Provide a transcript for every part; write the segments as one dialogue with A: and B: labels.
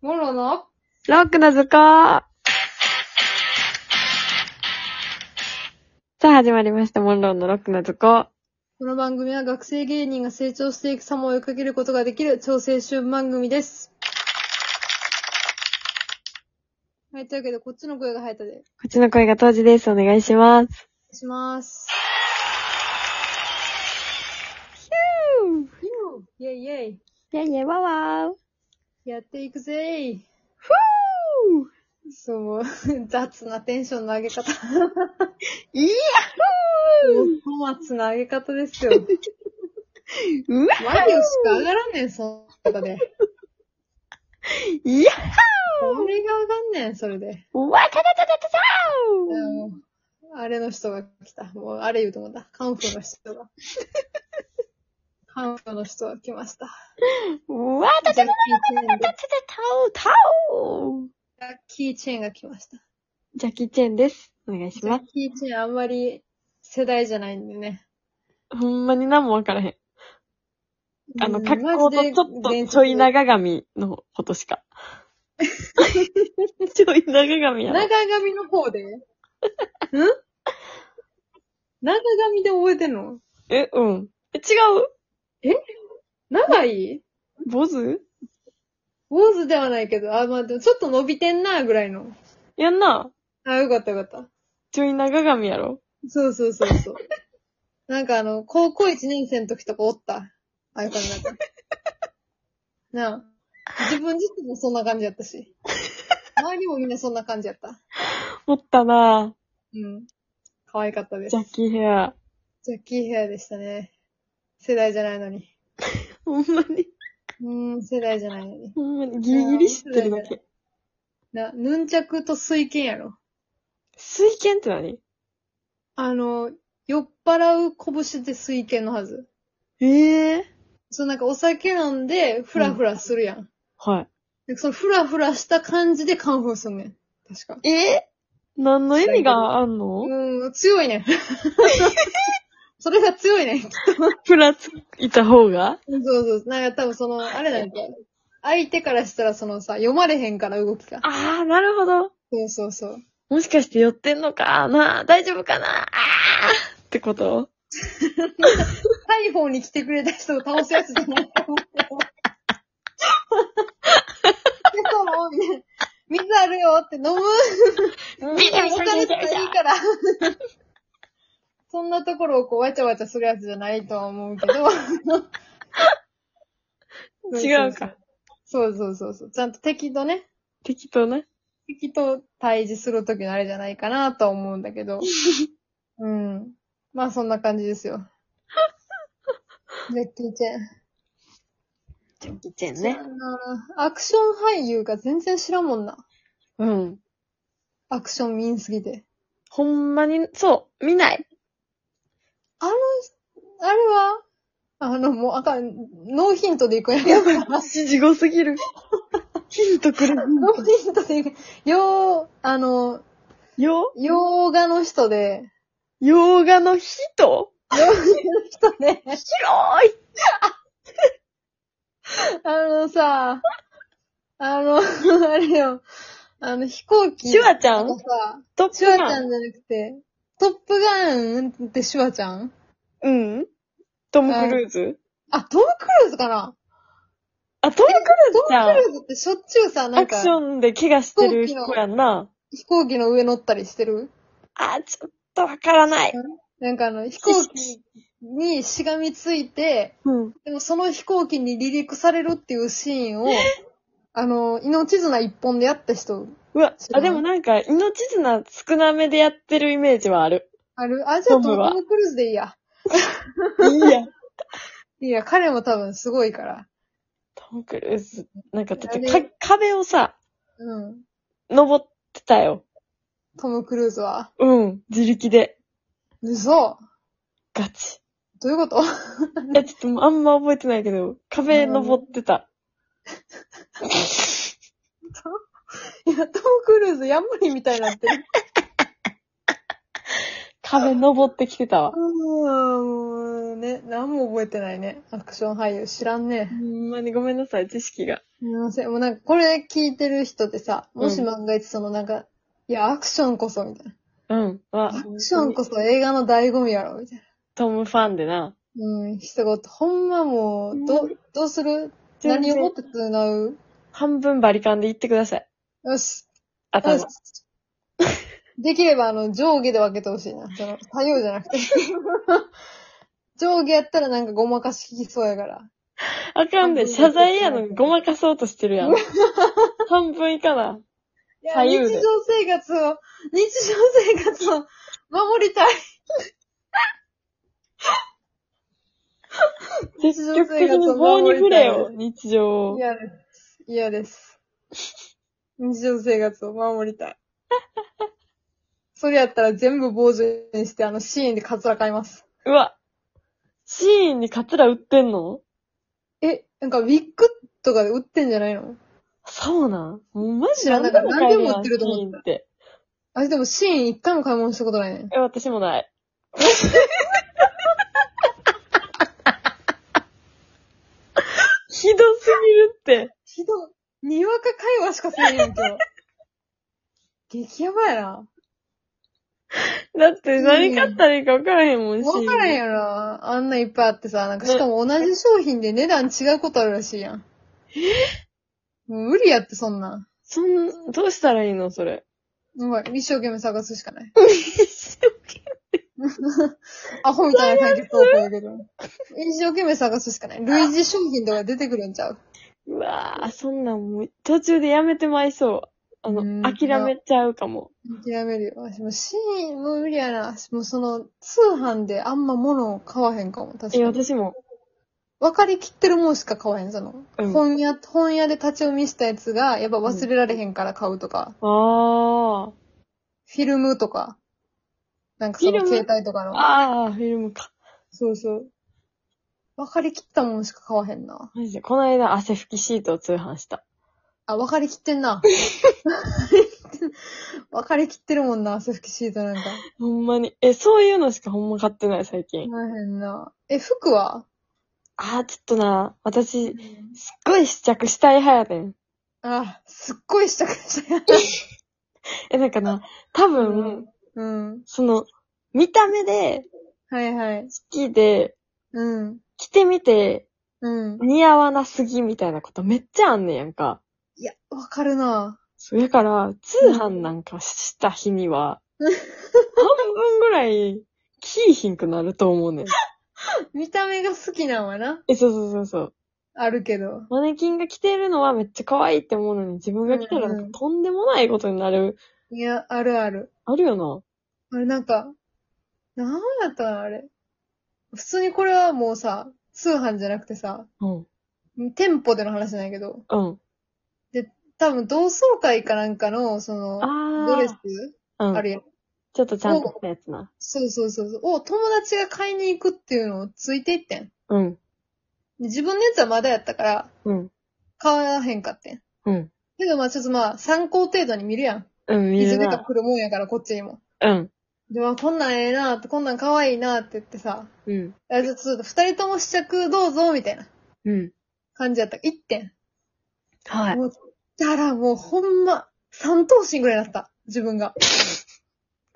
A: モロの
B: ロックの図工さあ、始まりました。モンローのロックの図工。
A: この番組は学生芸人が成長していく様を追いかけることができる超青春番組です。はい、というわけで、こっちの声が入ったで。お願
B: こっちの声が当時です。お願いします。
A: いします。イェイイェイ。
B: イェイイェイワワー。
A: やっていくぜー。そう、 雑なテンションの上げ方。
B: いや
A: もう粗末な上げ方ですよ。 ワイ
B: ーうわ
A: オしか上がらんねん、その中で。
B: いや
A: これが上がんねん、それで。
B: ーわたたたたたた
A: もうあれの人が来た。もう、あれ言うと思った。カンフーの人 が。カンフーの人が来ました。
B: ーわた
A: ジ
B: た
A: ャッキー・チェーン
B: た
A: が、
B: たたたおたお
A: ジャッキー・チェーンが来ました。
B: ジャッキーチェンです。お願いし
A: ジャ
B: ま
A: ッキー・チェーンあんまり世代じゃないんでね。
B: す。ほんまに何もわからへん。あの、
A: うん
B: 格好とちょっとちょい。
A: マジで伝説
B: 長髪のことし か。ちょい長髪やろ。
A: 長髪の方で ん長髪で覚えてんの
B: え、うん。え違う
A: 長い
B: 坊主
A: 坊主ではないけど、あ、まあ、でもちょっと伸びてんな、ぐらいの。
B: やんな。
A: あ、よかったよかった。
B: ちょい長髪やろ。
A: そうそうそうそう。なんかあの、高校1年生の時とかおった。ああいう感じだった。 なあ。自分自身もそんな感じやったし。周りもみんなそんな感じやった。
B: おったな
A: うん。可愛かったです
B: ジ。ャッキーヘア。
A: ジャッキーヘアでしたね。世代じゃないのに。
B: ほんまに、
A: うーん、世代じゃないのに。
B: ほんまに、ギリギリ知ってるだけ。
A: な、ヌンチャクと水剣やろ。
B: 水剣って何
A: あの、酔っ払う拳で水剣のはず。
B: ええ
A: そうなんかお酒飲んで、ふらふらするやん。
B: は
A: で、そのフラフラした感じでカンフーすんねん。確か。
B: い。えー、何の意味があんの
A: うーん、強いねん。それが強いねん。そう
B: ふらついた方が
A: そう。なんか多分その、あれなんか、相手からしたらそのさ、読まれへんから動きが。
B: ああ、なるほど。
A: そうそうそう。
B: もしかして寄ってんのかなあ大丈夫かなあーってこと
A: 逮捕に来てくれた人を倒すやつじゃないと思って。 でそうなのみたいな水あるよって飲む。
B: ビタビタビタビタビ
A: いい
B: タ
A: から。そんなところをこう、わちゃわちゃするやつじゃないとは思うけ ど。
B: 違うか。
A: そうそうそうそう。ちゃんと敵とね、
B: 適当な。
A: 敵と対峙するときのあれじゃないかなとは思うんだけ ど。うん。まあそんな感じですよ。ジャッキーチェン。
B: ジャッキーチェン
A: そん。なアクション俳優が全然知らんもんな。
B: うん。
A: アクション見んすぎて。
B: ほんまに、そう、見ない。
A: あれはあの、もうあかん、ノーヒントでいくんやけど。
B: 地獄すぎ る。ヒントくれ。
A: ノーヒントでいく。洋、あの、
B: よ、
A: 洋画の人で、
B: 洋画の人
A: 洋画の人で、
B: 広い
A: あのさ、あの、あれよ、あの飛行機。
B: シュワちゃん
A: のさ、
B: トップ
A: シュワち
B: ガ
A: ゃ
B: ン。
A: んじゃなくて、トップガンってシュワちゃん
B: うん。トム・クルーズ。
A: あ、トム・クルーズかな
B: あ、トム・クル
A: ト
B: ー
A: ム・
B: ズ
A: ク
B: じゃん。
A: ルーズってしょっちゅうさ、な
B: ア
A: ん
B: ク
A: か
B: シ、ョンで怪我してる子やんな。
A: 飛行機の上乗ったりしてる
B: あ、ちょっとわからない。
A: なんかあの、飛行機にしがみついて、
B: うん。
A: でもその飛行機に離陸されるっていうシ ーンを、あの、命綱一本でやった人、
B: うわ
A: 知、ら
B: あ、
A: ない
B: でもなんか、命綱少なめでやってるイメージはある。
A: あるあ、じゃあ
B: トムは
A: トム・クルーズでいいや。
B: いいや。
A: いや、彼も多分すごいから。
B: トム・クルーズ、なんかだって
A: あ
B: か
A: れ、
B: 壁をさ、
A: うん。
B: 登ってたよ。
A: トム・クルーズは。
B: うん。自力で。
A: 嘘
B: ガチ。
A: どういうこと
B: いや、ちょっともうあんま覚えてないけど、壁登ってた。
A: いや、トム・クルーズヤモリみたいになって る。
B: 壁登ってきてたわ。
A: うん、もうね、何も覚えてないね。アクション俳優知らん
B: ほ
A: ね。
B: んまにごめんなさい、知識が。
A: すみません。もうなんかこれ聞いてる人ってさ、もし
B: うん
A: 万が一そのなんか、いや、アクションこそみたいな。
B: うん。
A: ア
B: わ
A: クションこそ映画の醍醐味やろみたいな。
B: トムファンでな。
A: うん、人ごと。ほんまもう、ど、どうする
B: 全
A: 何
B: 然
A: をもって償う
B: 半分バリカンで言ってください。
A: よし。よ
B: 頭
A: し。。できれば、あの、上下で分けてほしいな。その、左右じゃなく て。上下やったらなんかごまかしきそうやから。
B: あかんで、謝罪やのにごまかそうとしてるやん。 半分いかな。
A: いや、
B: 左
A: 日
B: 右
A: 常
B: で
A: 生活を、日常生活を守りたい。
B: 積極的に棒に触れよ、日常を。
A: 嫌です。嫌です。日常生活を守りた い。それやったら全部傍受にして、あの、シーンでカツラ買います。
B: うわ。シーンにカツラ売ってんの
A: え、なんかウィッグとかで売ってんじゃないの
B: そうなんもうマジ
A: 知らん
B: 何でも
A: なんか何でも
B: 買え
A: 売ってると思った
B: シーンって。
A: あ、でもシーン一回も買い物したことないね。
B: え、私もない。ひどすぎるって。
A: ひどい、にわか会話しかせえへんけど。激ヤバやな。
B: だって何買ったらいいか分からへんもん、シー
A: わ
B: ン
A: からへんやろ。あんないっぱいあってさ、なんかしかも同じ商品で値段違うことあるらしいやん。え無理やって、そんなん。
B: そん、どうしたらいいの、そ れ。
A: もう一生懸命探すしかない。
B: 一生懸
A: アホみたいな解決方法やけど。一生懸命探すしかない。類似商品とか出てくるんちゃう
B: 命うわぁ、そんなんもう、途中でやめてまいそう。あ
A: う
B: の、
A: ん
B: 諦めちゃうかも。
A: 諦めるよ。私もシーンも無理やな。もうその、通販であんま物を買わへんかも。確か
B: え、
A: に。
B: 私も。
A: 分かりきってるもんしか買わへん、その。
B: うん
A: 本屋、本屋で立ち読みしたやつが、やっぱ忘れられへんから買うとか。
B: あー。
A: フィルムとか。なんかその
B: フィルム
A: 携帯とかの。
B: あー、フィルムか。
A: そうそう。分かりきったもんしか買わへんな。
B: マジで、この間汗拭きシートを通販した。
A: あ、分かりきってん な。分かりきってるもんな、汗拭きシートなんか。
B: ほんまに。え、そういうのしかほんま買ってない、最近
A: 買。わへんな。え、服は
B: あー、ちょっとな、私、すっごい試着したい派やねん。
A: あ、すっごい試着してる。
B: え、なんかな、多分、
A: うん。
B: その、見た目で、
A: はいはい
B: 好。きで、
A: うん。
B: 着てみて、
A: うん。
B: 似合わなすぎみたいなことめっちゃあんねんやんか。
A: いや、わかるな。
B: そう、だから、通販なんかした日には、半分ぐらい、キーひんくなると思うねん。
A: 見た目が好きなんはな。
B: え、そうそうそうそう。
A: あるけど。
B: マネキンが着てるのはめっちゃ可愛いって思うのに、自分が着たらなんかとんでもないことになる。
A: いや、あるある。
B: あるよな。
A: あれなんか、なんやったのあれ。普通にこれはもうさ、通販じゃなくてさ、
B: うん。
A: 店舗での話なんやけど、
B: うん。
A: 多分同窓会かなんかの、その、
B: あー
A: ドレス
B: うん。
A: あるやん。
B: ちょっとちゃんとしたやつな。
A: そうそうそうそう。を友達が買いに行くっていうのをついていってん。で
B: うん。
A: 自分のやつはまだやったから、
B: うん。
A: 買わへんかってん。
B: うん。
A: けどまあちょっとまあ、参考程度に見るやん。
B: うん、見
A: いず
B: る
A: れか
B: な。
A: 来るもんやから、こっちにも。
B: うん。
A: で、わこんなんええなって、こんなん可愛いなって言ってさ、
B: うん。
A: あじゃあちょっと二人とも試着どうぞ、みたいな
B: うん。
A: 感じやった。1点。
B: はい。
A: もう、だからもうほんま、三頭身ぐらいになった。自分が。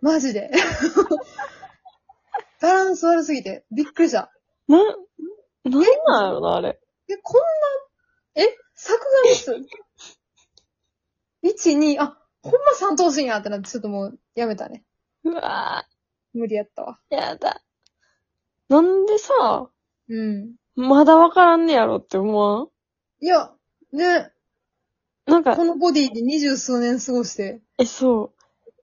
A: マジで。 バランス悪すぎて、びっくりした。
B: な、なんなんやろな、あれ。
A: え、こんな、え作画ミス ?1、2、あ、ほんま三頭身やってなって、ちょっともう、やめたね。
B: うわ
A: 無理やったわ。
B: ぁ、やだ。なんでさ、
A: うん。
B: まだわからんねやろって思わん
A: いや、ね、
B: なん か
A: こ、のボディで二十数年過ごして、
B: え、そ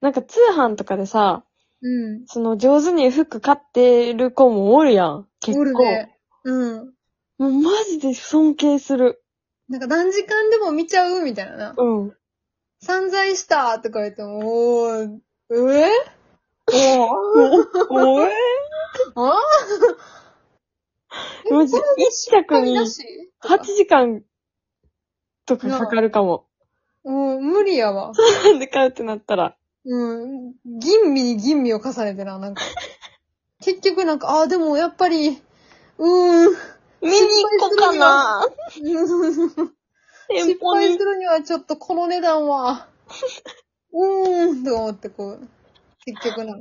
B: う。なんか通販とかでさ、
A: うん。
B: その上手に服買ってる子もおるやん。結構。
A: おるね。うん。
B: もうマジで尊敬する。
A: なんか何時間でも見ちゃうみたいなな。
B: うん。
A: 散財したとか言っても、おー、えー、
B: おえ
A: あー
B: マジ
A: えそれで失敗な しとか
B: ?8 時間とかかかるかも。
A: もう無理やわ。
B: なんで買うってなったら。
A: うん。 吟味に吟味を重ねてな、なんか。結局なんか、ああ、でもやっぱり、うーん。
B: 見に行こうかな
A: 失
B: 店舗
A: 敗
B: に
A: す。るにはちょっとこの値段は、うーん、と思ってこう、結局な、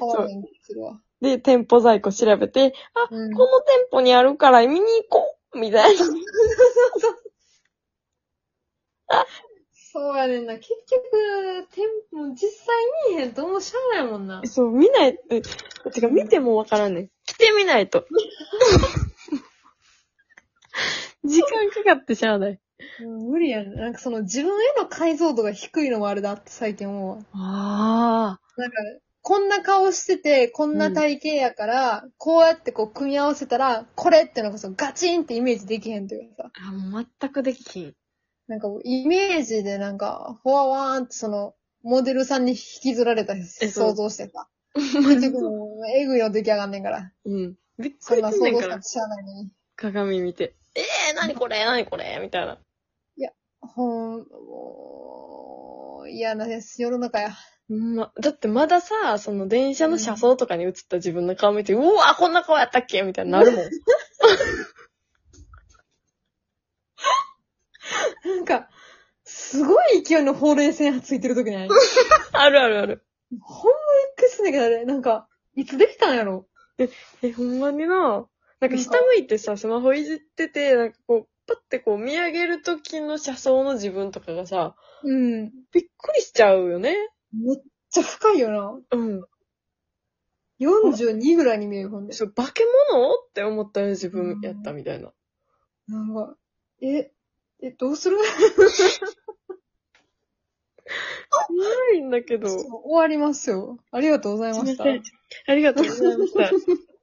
A: 買わないんですわ。
B: で、店舗在庫調べて、あ、
A: うん。
B: この店舗にあるから見に行こうみたいな。
A: そうやねんな。結局、店舗、実際見えへんともうしゃあないもんな。
B: そう、見ない、えてか見てもわからんねん。来てみないと。時間かかってしゃあない。
A: うん無理やねなんかその自分への解像度が低いのもあれだって最近思うわ。
B: ああ。
A: なんか、こんな顔してて、こんな体型やから、こうやってこう組み合わせたら、これってのがそのガチンってイメージできへんというかさ。
B: あ、もう全くできひん。
A: なんかもうイメージでなんか、ほわわーんってその、モデルさんに引きずられた
B: えそう
A: 想像して さ。結局もう、えぐいの出来上がんねんから。
B: うん。びっ
A: そ
B: く
A: ん
B: り
A: な
B: す
A: 想
B: んね
A: 像
B: んか
A: したっ
B: ら。
A: てしゃあないのに。
B: 鏡見て。えー、なにこれなにこれみたいな。
A: ほん、もう、嫌なです。世の中や。
B: うんま、だってまださ、その電車の車窓とかに映った自分の顔見て、うわ、こんな顔やったっけみたいになるもん。
A: なんか、すごい勢いのほうれい線がついてる時ない
B: あるあるある。
A: ほんまびっくりすんだけどね。なんか、いつできたんやろ
B: え、ほんまにな。なんか下向いてさ、スマホいじってて、なんかこう、パッてこう見上げる時の車窓の自分とかがさ、
A: うん。
B: びっくりしちゃうよね。
A: めっちゃ深いよ
B: うん。
A: な。42ぐらいに見える、ほんで。
B: そう、化け物って思ったら自分やったみたいな。
A: なんか、え、え、どうする
B: ないんだけど。
A: 終わりますよ。ありがとうございました。
B: ありがとうございました。